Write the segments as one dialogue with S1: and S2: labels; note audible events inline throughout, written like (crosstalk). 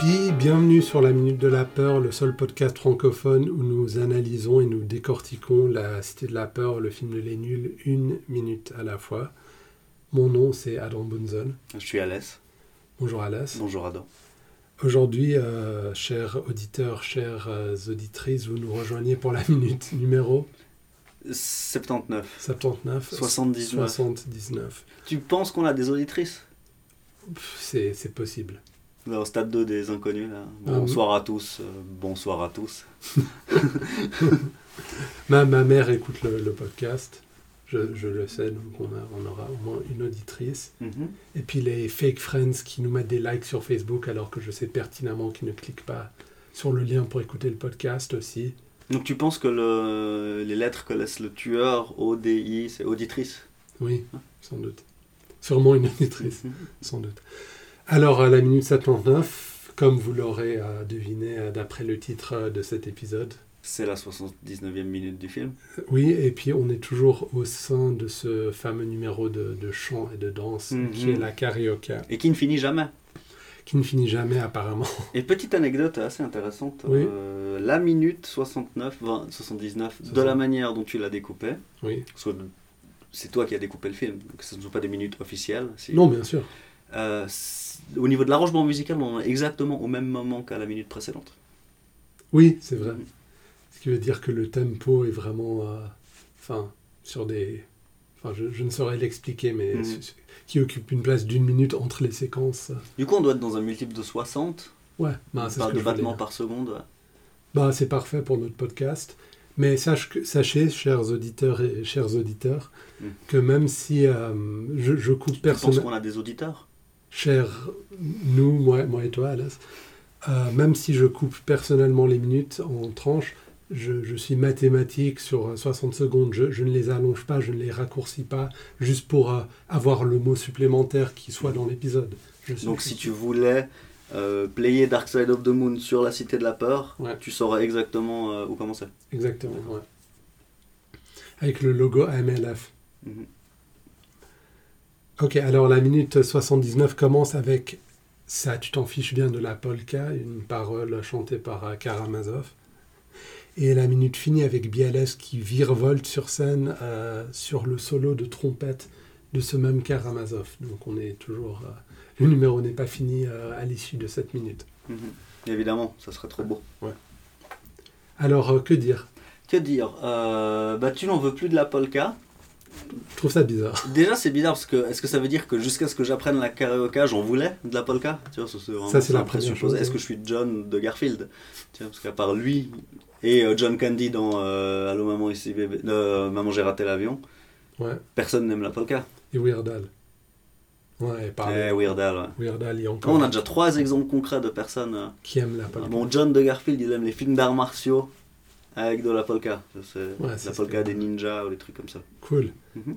S1: Bienvenue sur la Minute de la Peur, le seul podcast francophone où nous analysons et nous décortiquons La Cité de la Peur, le film de Les Nuls, une minute à la fois. Mon nom, c'est Adam Bunzon.
S2: Je suis Alès.
S1: Bonjour Alès.
S2: Bonjour Adam.
S1: Aujourd'hui, euh, chers auditeurs, chères euh, auditrices, vous nous rejoignez pour la minute numéro
S2: 79.
S1: 79.
S2: 79.
S1: 79.
S2: Tu penses qu'on a des auditrices
S1: Pff, C'est c'est possible.
S2: Là, Au stade 2 des inconnus,
S1: Ah
S2: là. Bonsoir à tous. euh, bonsoir à tous.
S1: Ma, ma mère écoute le, le podcast, je, je le sais, donc on, a- on aura au moins une auditrice.
S2: Mhm.
S1: Et puis les fake friends qui nous mettent des likes sur Facebook alors que je sais pertinemment qu'ils ne cliquent pas sur le lien pour écouter le podcast aussi.
S2: Donc tu penses que le- les lettres que laisse le tueur, ODI, c'est auditrice
S1: Oui, sans doute. Sûrement une auditrice. (laughs) sans doute. Alors, à la minute 79, comme vous l'aurez euh, deviné euh, d'après le titre euh, de cet épisode,
S2: C'est la 79e minute du film.
S1: euh, oui, et puis on est toujours au sein de ce fameux numéro de, de chant et de danse
S2: Mhm.
S1: qui est la carioca,
S2: Et qui ne finit jamais.
S1: qui ne finit jamais apparemment.
S2: Et petite anecdote assez intéressante.
S1: Oui.
S2: euh, la minute 69, vingt- 79, de
S1: Soixante-
S2: la manière dont tu l'as découpée,
S1: Oui.
S2: parce que c'est toi qui as découpé le film, donc ce ne sont pas des minutes officielles. si-
S1: Non, bien sûr.
S2: Euh, c- au niveau de l'arrangement musical, on est exactement au même moment qu'à la minute précédente.
S1: Oui, c'est vrai.
S2: Mhm.
S1: Ce qui veut dire que le tempo est vraiment. euh, Enfin, sur des. Enfin, je, je ne saurais l'expliquer, mais
S2: Mhm.
S1: su- su- qui occupe une place d'une minute entre les séquences. euh.
S2: Du coup, on doit être dans un multiple de 60,
S1: Ouais, bah, c'est ce
S2: par
S1: que
S2: de
S1: je voulais
S2: battements
S1: dire.
S2: par seconde. euh, ouais.
S1: Bah, c'est parfait pour notre podcast. Mais sache que- sachez, chers auditeurs et chers auditeurs,
S2: Mm.
S1: que même si euh, je, je coupe
S2: Tu penses
S1: personnellement,
S2: qu'on a des auditeurs
S1: chers nous, moi, moi et toi, Alas, euh, même si je coupe personnellement les minutes en tranches, je, je suis mathématique sur euh, 60 secondes. Je, je ne les allonge pas, je ne les raccourcis pas, juste pour euh, avoir le mot supplémentaire qui soit dans l'épisode. Je suis-
S2: Donc, si tu voulais euh, player Dark Side of the Moon sur la Cité de la Peur,
S1: Ouais.
S2: tu saurais exactement euh, où commencer.
S1: Exactement, ouais. Avec le logo AMLF.
S2: Mhm.
S1: Ok, alors la minute 79 commence avec ça, tu t'en fiches bien de la polka, une parole chantée par euh, Karamazov. Et la minute finit avec Bialès qui virevolte sur scène euh, sur le solo de trompette de ce même Karamazov. Donc on est toujours. euh, le numéro n'est pas fini euh, à l'issue de cette minute.
S2: Mhm. Évidemment, ça serait trop beau.
S1: Alors euh, que dire
S2: Que dire Euh, Bah, tu n'en veux plus de la polka.
S1: Je trouve ça bizarre.
S2: Déjà, c'est bizarre parce que est-ce que ça veut dire que jusqu'à ce que j'apprenne la karaoke, j'en voulais de la polka Tu vois, vraiment
S1: Ça, c'est la
S2: un
S1: première
S2: présupposé.
S1: chose,
S2: Est-ce
S1: ouais.
S2: que je suis John de Garfield Tu vois, parce qu'à part lui et euh, John Candy dans euh, Allô maman ici bébé, euh, maman j'ai raté l'avion,
S1: Ouais.
S2: personne n'aime la polka.
S1: Et Weird Al. Ouais, pardon.
S2: Eh, Weird Al, ouais.
S1: Weird Al, il y a encore
S2: Comment on a déjà trois exemples concrets de personnes. euh,
S1: qui aime la polka.
S2: Bon, John de Garfield, il aime les films d'arts martiaux avec de la polka. Ça, c'est
S1: Ouais, c'est
S2: la
S1: ce
S2: polka
S1: que-
S2: des ninjas ou des trucs comme ça.
S1: Cool.
S2: Mhm.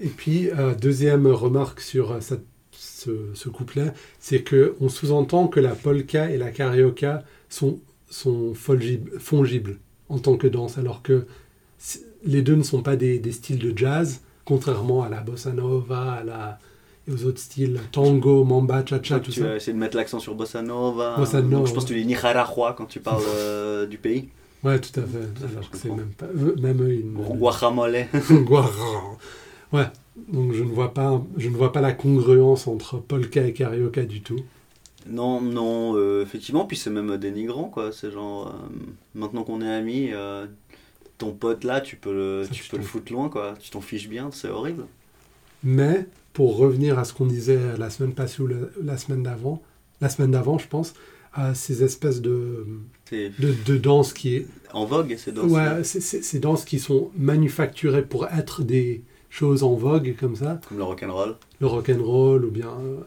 S1: Et puis, euh, deuxième remarque sur euh, cette- ce, ce couplet, c'est que on sous-entend que la polka et la carioca sont, sont folgib- fongibles en tant que danse, alors que c- les deux ne sont pas des, des styles de jazz, contrairement à la bossa nova, à la, et aux autres styles tango, mamba, cha-cha, Ah, tout
S2: tu
S1: ça.
S2: as essayé de mettre l'accent sur Bossa Nova.
S1: Bossa
S2: Donc,
S1: Nova.
S2: je pense que tu dis Nicaragua quand tu parles euh, du pays.
S1: Ouais, tout à fait.
S2: Tout à fait,
S1: Alors
S2: je
S1: que c'est
S2: comprends.
S1: même pas euh, même une
S2: Guacamole. (laughs)
S1: Guaran. Ouais, donc je ne vois pas, je ne vois pas la congruence entre polka et carioca du tout.
S2: Non, non, euh, effectivement, puis c'est même dénigrant, quoi. C'est genre, euh, maintenant qu'on est amis, euh, ton pote là, tu peux le,
S1: Ça,
S2: tu
S1: tu
S2: peux le
S1: t'en-
S2: foutre loin, quoi. Tu t'en fiches bien, c'est horrible.
S1: Mais pour revenir à ce qu'on disait la semaine passée ou la, la semaine d'avant, la semaine d'avant, je pense, à ces espèces de
S2: C'est
S1: de, de danses qui,
S2: en vogue, c'est dans
S1: ouais, ces- ces ces danses qui sont manufacturées pour être des choses en vogue comme ça,
S2: comme le rock'n'roll.
S1: le rock and roll ou bien euh,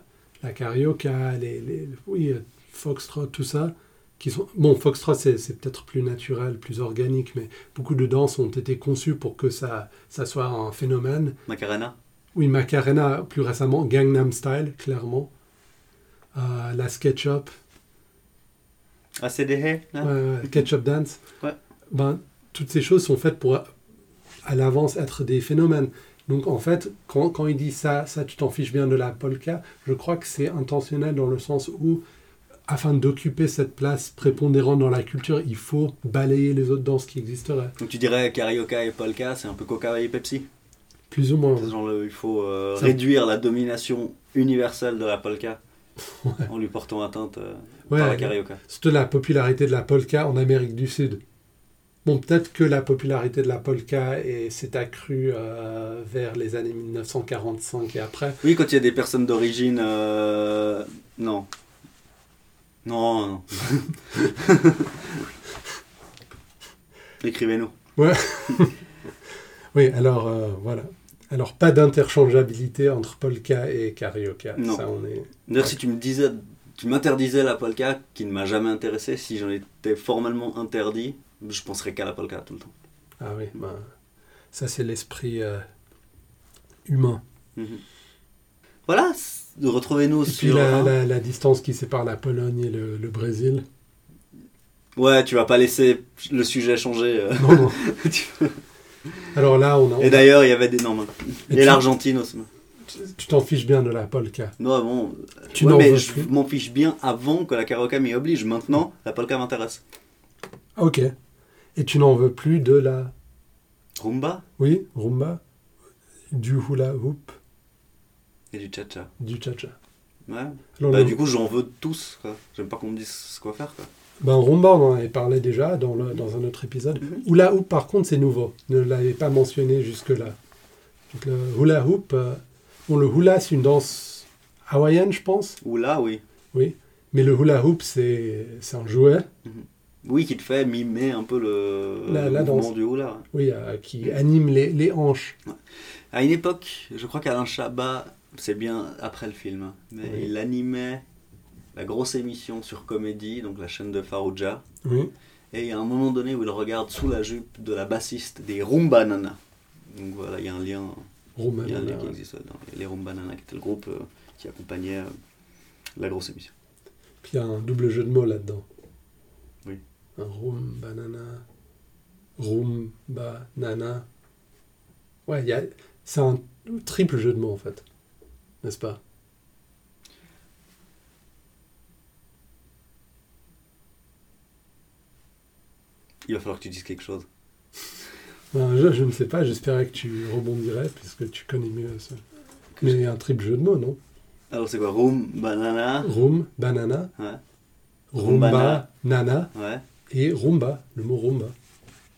S1: la carioca, les, les- oui, euh, foxtrot, tout ça, qui sont bon, foxtrot c'est, c'est peut-être plus naturel, plus organique, mais beaucoup de danses ont été conçues pour que ça, ça soit un phénomène.
S2: Macarena.
S1: Oui, Macarena plus récemment, Gangnam Style clairement, Euh, la SketchUp,
S2: Ah, ACDH, là.
S1: euh, Ketchup Dance.
S2: Ouais.
S1: Ben, toutes ces choses sont faites pour à l'avance être des phénomènes. Donc en fait, quand, quand il dit ça, ça tu t'en fiches bien de la polka, je crois que c'est intentionnel dans le sens où afin d'occuper cette place prépondérante dans la culture, il faut balayer les autres danses qui existeraient.
S2: Donc tu dirais Carioca et Polka, c'est un peu Coca et Pepsi
S1: Plus ou moins.
S2: C'est genre le- il faut euh,
S1: Ça-
S2: réduire la domination universelle de
S1: (laughs)
S2: la Polka en lui portant atteinte euh, par la
S1: Ouais,
S2: Carioca.
S1: surtout la popularité de la polka en Amérique du Sud. Bon, peut-être que la popularité de la polka est- s'est accrue euh, vers les années 1945 et après.
S2: Oui, quand il y a des personnes d'origine. euh, Non. Non, non. (laughs) Écrivez-nous.
S1: Oui, alors euh, voilà. Alors pas d'interchangeabilité entre polka et carioca.
S2: Non.
S1: Ça, on est.
S2: D'ailleurs, si tu me disais, tu m'interdisais la polka, qui ne m'a jamais intéressé, si j'en étais formellement interdit, je penserais qu'à la polka tout le temps.
S1: Ah oui, ben, ça c'est l'esprit euh, humain.
S2: Mhm. Voilà, c- retrouvez-nous
S1: Et puis
S2: sur.
S1: la,
S2: hein.
S1: la- la distance qui sépare la Pologne et le, le Brésil. (laughs)
S2: Ouais, tu vas pas laisser le sujet changer. euh.
S1: Non, non. Alors là, on a.
S2: Et d'ailleurs, il y avait des normes.
S1: Et
S2: Et,
S1: tu-
S2: l'Argentine aussi.
S1: tu- tu t'en fiches bien de la polka.
S2: Non, bon.
S1: Tu
S2: ouais,
S1: n'en
S2: mais
S1: veux
S2: je
S1: plus.
S2: m'en fiche bien avant que la Carioca m'y oblige. Maintenant, la polka m'intéresse.
S1: Ah, Ok. Et tu n'en veux plus de la.
S2: Rumba
S1: Oui, rumba, du hula hoop,
S2: et du cha-cha.
S1: du cha-cha.
S2: Ouais.
S1: Alors,
S2: Bah,
S1: le-
S2: du coup, j'en veux tous. quoi. J'aime pas qu'on me dise quoi faire. Quoi.
S1: Ben, rumba, on en avait parlé déjà dans, le- dans un autre épisode.
S2: Mhm.
S1: Hula hoop, par contre, c'est nouveau. Ne l'avez pas mentionné jusque-là. Donc, le hula hoop, euh, bon, le hula, c'est une danse hawaïenne, je pense.
S2: Ou là, oui.
S1: Oui. Mais le hula hoop, c'est c'est un jouet
S2: Oui, qui te fait mimer un peu le,
S1: La-
S2: le
S1: la
S2: mouvement
S1: danse.
S2: du hula.
S1: oui, euh, qui anime les, les hanches.
S2: À une époque, je crois qu'Alain Chabat, c'est bien après le film, hein, mais
S1: Oui.
S2: il animait la grosse émission sur Comédie, donc la chaîne de Farouja.
S1: Oui.
S2: Et il y a un moment donné où il regarde sous la jupe de la bassiste des Rumba Nana. Donc voilà, il y a un lien,
S1: Roumain,
S2: il y a un lien
S1: euh,
S2: qui existe là-dedans. Il y a Les Rumba Nana, qui était le groupe euh, qui accompagnait euh, la grosse émission.
S1: Puis il y a un double jeu de mots là-dedans.
S2: Oui.
S1: Un room, banana. Room, banana. Ouais, il y a... c'est un triple jeu de mots en fait. N'est-ce pas
S2: Il va falloir que tu dises quelque chose.
S1: Ben, je, je ne sais pas, j'espérais que tu rebondirais puisque tu connais mieux ça.
S2: Que
S1: Mais il y a un triple jeu de mots, non
S2: Alors c'est quoi Rumba Nana
S1: Room, banana.
S2: Ah. Ouais.
S1: Rumba,
S2: Rumbana.
S1: nana.
S2: Ouais.
S1: Et rumba, le mot rumba.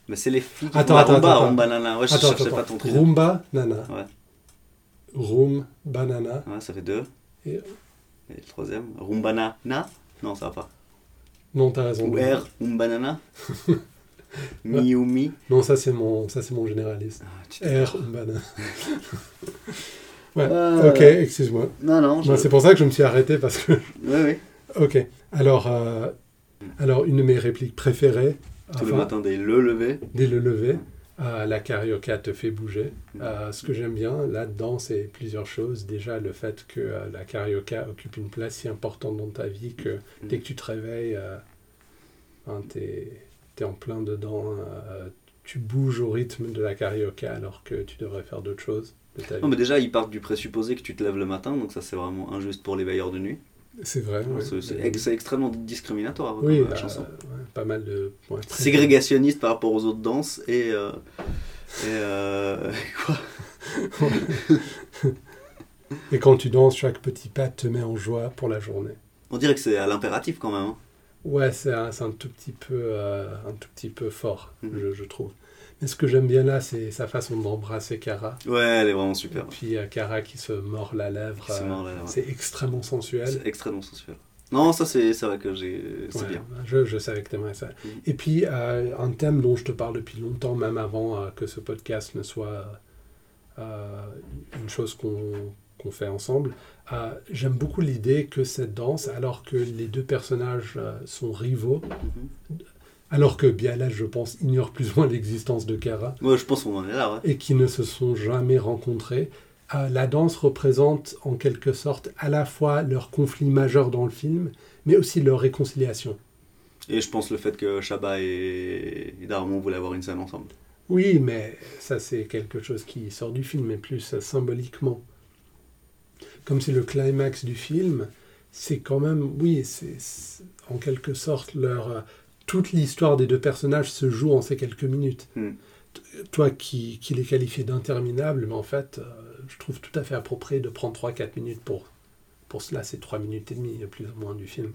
S2: Mais c'est les filles qui
S1: Attends,
S2: font la
S1: attends,
S2: rumba,
S1: attends,
S2: rumba nana. Ouais, Ah, je
S1: attends,
S2: cherchais
S1: attends,
S2: pas ton truc.
S1: Rumba, nana.
S2: Ouais.
S1: Room, banana.
S2: Ouais, ça fait deux.
S1: Et-
S2: Et le troisième, rumbana na. Non, ça va pas.
S1: Non, t'as raison.
S2: Ou R,
S1: (laughs)
S2: rumbanana. mi ou mi.
S1: Non, ça c'est mon, ça c'est mon généraliste.
S2: Ah, tu-
S1: R banane. (laughs) ouais.
S2: Euh,
S1: Ok, excuse-moi.
S2: Non, non, je...
S1: Non, c'est pour ça que je me suis arrêté parce que. (laughs)
S2: Oui, oui.
S1: ok. Alors, euh, alors une de mes répliques préférées.
S2: Tout le
S1: enfin,
S2: matin, dès le lever.
S1: Dès le lever, euh, la carioca te fait bouger.
S2: Mm.
S1: Euh, ce que j'aime bien là-dedans, c'est plusieurs choses. Déjà, le fait que euh, la carioca occupe une place si importante dans ta vie que
S2: Mm.
S1: dès que tu te réveilles, euh, hein, t'es es en plein dedans. euh, tu bouges au rythme de la carioca alors que tu devrais faire d'autres choses de ta vie.
S2: Non, mais déjà, ils partent du présupposé que tu te lèves le matin, donc ça, c'est vraiment injuste pour les veilleurs de nuit.
S1: C'est vrai. ouais.
S2: C'est- C'est ex- c'est extrêmement discriminatoire,
S1: Oui,
S2: comme, euh,
S1: euh,
S2: chanson.
S1: ouais, pas mal de points.
S2: Ségrégationniste par rapport aux autres danses et... euh, Et euh, (laughs) quoi
S1: Et quand tu danses, chaque petit pas te met en joie pour la journée.
S2: On dirait que c'est à l'impératif quand même. hein.
S1: Ouais, c'est un, c'est un tout petit peu, euh, un tout petit peu fort,
S2: Mhm.
S1: je, je trouve. Mais ce que j'aime bien là, c'est sa façon d'embrasser Cara.
S2: Ouais, elle est vraiment
S1: Et
S2: super.
S1: puis euh, Cara qui se mord la lèvre.
S2: C'est
S1: euh,
S2: marrant, là, ouais.
S1: c'est extrêmement sensuel.
S2: C'est extrêmement sensuel. Non, ça c'est c'est vrai que j'ai. C'est
S1: Ouais,
S2: bien.
S1: Je, je savais que t'aimerais ça.
S2: Mhm.
S1: Et puis, euh, un thème dont je te parle depuis longtemps, même avant euh, que ce podcast ne soit euh, une chose qu'on qu'on fait ensemble, euh, j'aime beaucoup l'idée que cette danse, alors que les deux personnages euh, sont rivaux,
S2: Mhm.
S1: alors que Biala, je pense, ignore plus ou moins l'existence de Kara,
S2: Ouais, je pense qu'on en est là, ouais.
S1: et qui ne se sont jamais rencontrés, euh, la danse représente en quelque sorte à la fois leur conflit majeur dans le film, mais aussi leur réconciliation.
S2: Et je pense le fait que Shabba et, et Darmon voulaient avoir une scène ensemble.
S1: Oui, mais ça c'est quelque chose qui sort du film, mais plus euh, symboliquement. Comme si le climax du film, c'est quand même, oui, c'est c'est en quelque sorte leur. euh, toute l'histoire des deux personnages se joue en ces quelques minutes.
S2: Hmm.
S1: T- Toi qui, qui les qualifies d'interminables, mais en fait, euh, je trouve tout à fait approprié de prendre 3-4 minutes pour, pour cela. C'est 3 minutes et demie, plus ou moins, du film.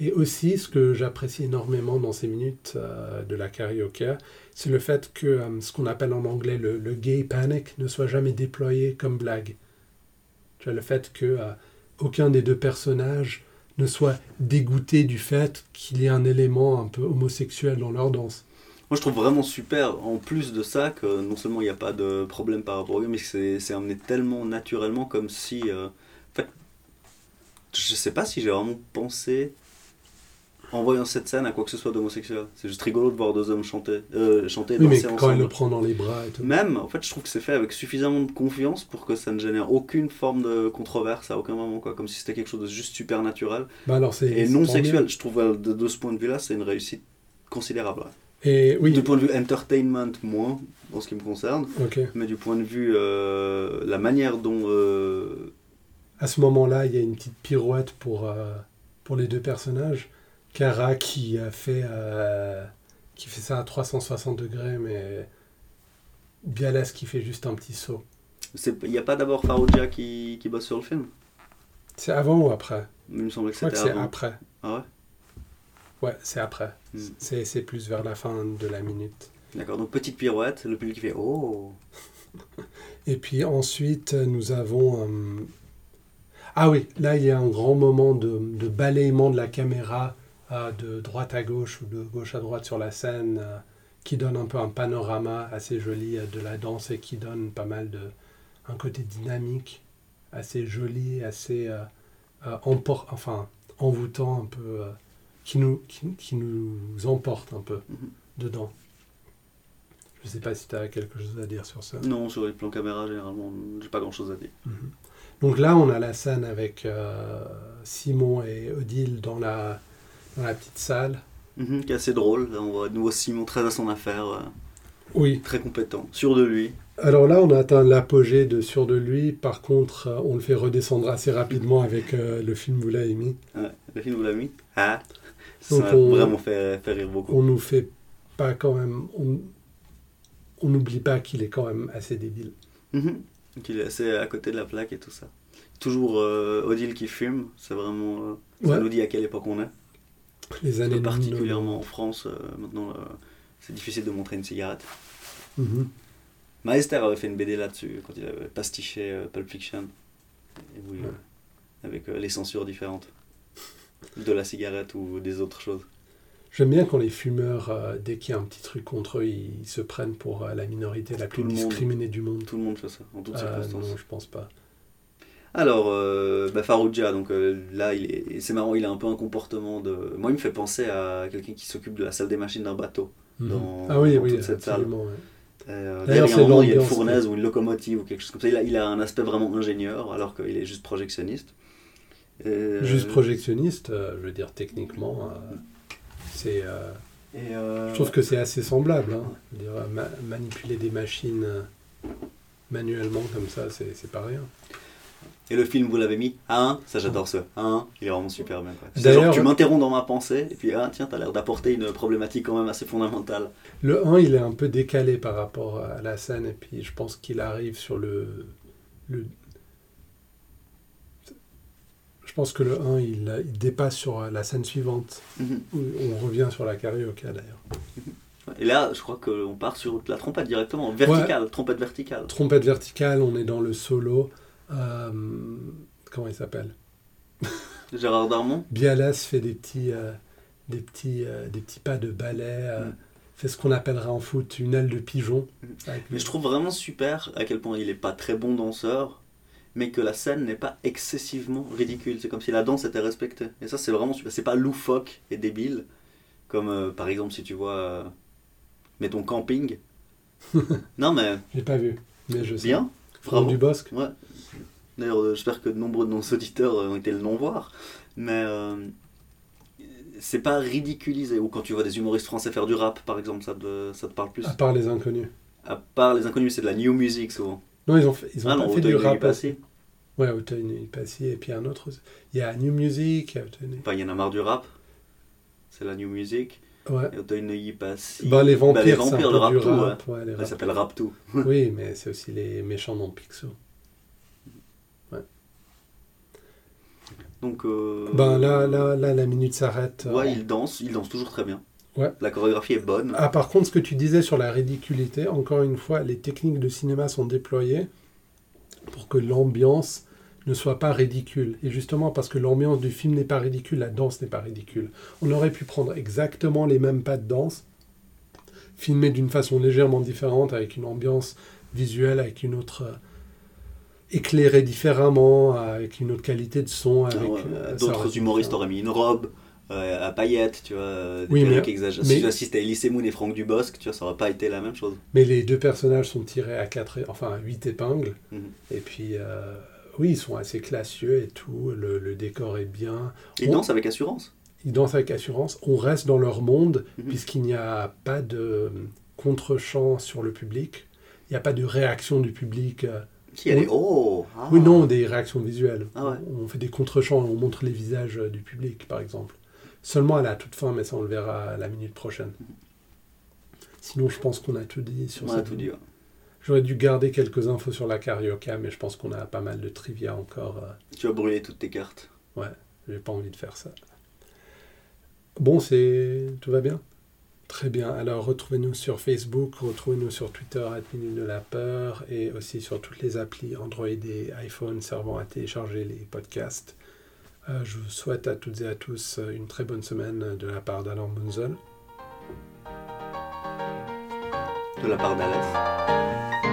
S1: Et aussi, ce que j'apprécie énormément dans ces minutes euh, de la carioca, c'est le fait que euh, ce qu'on appelle en anglais le, le gay panic ne soit jamais déployé comme blague. Tu vois, le fait que euh, aucun des deux personnages ne soit dégoûté du fait qu'il y ait un élément un peu homosexuel dans leur danse.
S2: Moi, je trouve vraiment super, en plus de ça, que non seulement il n'y a pas de problème par rapport au gay, mais que c'est c'est amené tellement naturellement comme si. euh, en fait, je sais pas si j'ai vraiment pensé en voyant cette scène à quoi que ce soit d'homosexuel. C'est juste rigolo de voir deux hommes chanter, euh, chanter et
S1: Oui, mais
S2: danser
S1: quand elle
S2: ensemble.
S1: le prend dans les bras et tout.
S2: Même, en fait, je trouve que c'est fait avec suffisamment de confiance pour que ça ne génère aucune forme de controverse à aucun moment, quoi. Comme si c'était quelque chose de juste super naturel
S1: Bah alors c'est
S2: et
S1: c'est
S2: non
S1: tant mieux.
S2: sexuel. Je trouve euh, de, de ce point de vue-là, c'est une réussite considérable. ouais.
S1: Et oui,
S2: Du point de vue entertainment, moins, en ce qui me concerne,
S1: ok.
S2: mais du point de vue euh, la manière dont. euh,
S1: À ce moment-là, il y a une petite pirouette pour, euh, pour les deux personnages. Kara qui a fait euh, qui fait ça à 360 degrés, mais Bialas qui fait juste un petit saut.
S2: c'est- Il n'y a pas d'abord Farouja qui, qui bosse sur le film
S1: C'est avant ou après
S2: Il me semblait que
S1: Je crois que
S2: c'était
S1: c'est
S2: avant.
S1: après.
S2: Ah ouais
S1: Ouais, c'est après.
S2: Hmm.
S1: C'est c'est plus vers la fin de la minute.
S2: D'accord, donc petite pirouette, le public qui fait Oh
S1: Et puis ensuite, nous avons. euh, Ah oui, là, il y a un grand moment de, de balayement de la caméra euh, de droite à gauche ou de gauche à droite sur la scène euh, qui donne un peu un panorama assez joli euh, de la danse et qui donne pas mal de. un côté dynamique, assez joli, assez euh, euh, empor- enfin, envoûtant un peu, euh, qui, nous, qui, qui nous emporte un peu
S2: Mhm.
S1: dedans. Je sais pas si tu as quelque chose à dire sur ça.
S2: Non, sur les plans caméra, généralement, j'ai pas grand chose à dire.
S1: Mhm. Donc là, on a la scène avec euh, Simon et Odile dans la, dans la petite salle.
S2: Mhm, qui est assez drôle, là on voit de nouveau Simon très à son affaire, euh,
S1: Oui.
S2: très compétent, sûr de lui.
S1: Alors là, on a atteint l'apogée de Sur de lui. Par contre, euh, on le fait redescendre assez rapidement avec euh, le film Moula Amy.
S2: Ouais, le film vous l'a mis Ah Ça
S1: Donc,
S2: m'a
S1: on-
S2: vraiment fait, fait rire beaucoup.
S1: On nous fait pas quand même. On on n'oublie pas qu'il est quand même assez débile.
S2: Mhm. Donc il est assez à côté de la plaque et tout ça. Toujours euh, Odile qui fume, c'est vraiment. euh, ça
S1: Ouais.
S2: nous dit à quelle époque on est.
S1: Les années
S2: particulièrement en France, euh, maintenant, euh, c'est difficile de montrer une cigarette.
S1: Mhm.
S2: Maester avait fait une BD là-dessus quand il avait pastiché euh, Pulp Fiction. Et oui,
S1: Ouais.
S2: euh, avec euh, les censures différentes de la cigarette ou des autres choses.
S1: J'aime bien quand les fumeurs, euh, dès qu'il y a un petit truc contre eux, ils, ils se prennent pour euh, la minorité la plus
S2: Tout le monde.
S1: discriminée du monde.
S2: Tout le monde fait ça, en toutes
S1: Euh,
S2: circonstances.
S1: non, je pense pas.
S2: Alors, euh, bah, Farouja, donc euh, là, il est, c'est marrant, il a un peu un comportement de. Moi, il me fait penser à quelqu'un qui s'occupe de la salle des machines d'un bateau. dans-
S1: ah oui,
S2: dans
S1: oui,
S2: toute cette salle.
S1: absolument. ouais.
S2: Euh,
S1: D'ailleurs,
S2: D'ailleurs,
S1: c'est
S2: il y a un moment, il y a une
S1: l'ambiance,
S2: fournaise ou une locomotive ou quelque chose comme ça. Il a, il a un aspect vraiment ingénieur, alors qu'il est juste projectionniste. Euh,
S1: Juste projectionniste, euh, je veux dire, techniquement, euh, c'est, euh,
S2: et, euh,
S1: je trouve que c'est assez semblable. hein. Je veux dire, euh, ma- manipuler des machines euh, manuellement comme ça, c'est c'est pas rien.
S2: et le film, vous l'avez mis à 1, ça j'adore ce 1, il est vraiment super bien. quoi. C'est
S1: D'ailleurs-
S2: genre, tu m'interromps dans ma pensée, et puis ah tiens, t'as l'air d'apporter une problématique quand même assez fondamentale.
S1: Le 1, il est un peu décalé par rapport à la scène, et puis je pense qu'il arrive sur le. le- Je pense que le 1, il, euh, il dépasse sur euh, la scène suivante.
S2: Mhm.
S1: où On revient sur la carioca d'ailleurs.
S2: Et là, je crois qu'on part sur la trompette directement, verticale, trompette verticale.
S1: Trompette verticale, on est dans le solo. Euh, comment il s'appelle
S2: Gérard Darmon
S1: Bialas fait des petits, euh, des petits, euh, des petits pas de ballet. euh,
S2: Mm.
S1: Fait ce qu'on appellera en foot une aile de pigeon.
S2: Mm.
S1: Avec
S2: Mais
S1: le-
S2: je trouve vraiment super à quel point il est pas très bon danseur, mais que la scène n'est pas excessivement ridicule. C'est comme si la danse était respectée. Et ça, c'est vraiment super. C'est pas loufoque et débile, comme euh, par exemple si tu vois, euh,
S1: (laughs)
S2: mettons camping. non mais
S1: J'ai pas vu, mais je sais.
S2: bien,
S1: Franck
S2: vraiment.
S1: Dubosc.
S2: Ouais. D'ailleurs, euh, j'espère que de nombreux de nos auditeurs euh, ont été le non voir, mais euh, c'est pas ridiculisé. Ou quand tu vois des humoristes français faire du rap, par exemple, ça te, ça te parle plus.
S1: À part les inconnus.
S2: À part les inconnus, c'est de la new music souvent.
S1: Non, ils ont fait, ils ont
S2: Ah
S1: pas
S2: non,
S1: fait du
S2: Auteuil, il est
S1: rap.
S2: passé.
S1: Ouais, Automne et Passy, et puis un autre. aussi. Il y a New Music, il y a Automne et-
S2: Enfin, il y en a marre du rap. C'est la new music.
S1: Ouais.
S2: Et Auteuil Neuilly passe.
S1: Bah, les vampires,
S2: les
S1: c'est un
S2: vampires,
S1: peu
S2: le rap
S1: du
S2: tout,
S1: rap. ouais, les
S2: Ça
S1: rap-
S2: s'appelle rap tout.
S1: oui, mais c'est aussi les méchants dans Pixo.
S2: Euh, Donc. euh,
S1: Ben là, là, là, la minute s'arrête. euh,
S2: Ouais, il danse, il danse toujours très bien.
S1: Ouais.
S2: La chorégraphie est bonne.
S1: Ah, par contre, ce que tu disais sur la ridiculité, encore une fois, les techniques de cinéma sont déployées pour que l'ambiance ne soit pas ridicule. Et justement, parce que l'ambiance du film n'est pas ridicule, la danse n'est pas ridicule. On aurait pu prendre exactement les mêmes pas de danse, filmer d'une façon légèrement différente, avec une ambiance visuelle, avec une autre. euh, éclairée différemment, avec une autre qualité de son.
S2: Ah
S1: Avec,
S2: ouais,
S1: euh, ça aurait
S2: D'autres
S1: été
S2: humoristes
S1: différent.
S2: auraient mis une robe euh, à paillettes, tu vois, euh, des
S1: Oui, mais-
S2: perruques exagérées.
S1: mais-
S2: Si j'assistais à Elise Moon et Franck Dubosc, tu vois, ça aurait pas été la même chose.
S1: Mais les deux personnages sont tirés à quatre, enfin à huit épingles.
S2: Mhm.
S1: Et puis, euh, oui, ils sont assez classieux et tout. Le, le décor est bien.
S2: Ils
S1: On-
S2: dansent avec assurance.
S1: Ils dansent avec assurance. On reste dans leur monde
S2: Mhm.
S1: puisqu'il n'y a pas de euh, contre-champ sur le public. Il n'y a pas de réaction du public. euh,
S2: Si, elle
S1: Oui.
S2: est. Oh ah.
S1: Oui, non, des réactions visuelles.
S2: Ah ouais.
S1: On fait des contre-champs, on montre les visages euh, du public, par exemple. Seulement à la toute fin, mais ça, on le verra à la minute prochaine. Sinon, je pense qu'on a tout dit sur
S2: Mhm. On
S1: cette
S2: a tout dit. ouais.
S1: J'aurais dû garder quelques infos sur la carioca, mais je pense qu'on a pas mal de trivia encore. euh,
S2: Tu as brûlé toutes tes cartes.
S1: J'ai pas envie de faire ça. Bon, c'est tout va bien. Très bien. Alors retrouvez-nous sur Facebook, retrouvez-nous sur Twitter à Minute de la Peur et aussi sur toutes les applis Android et iPhone servant à télécharger les podcasts. Euh, je vous souhaite à toutes et à tous euh, une très bonne semaine euh, de la part d'Alain Bunzel.
S2: De la part d'Alès.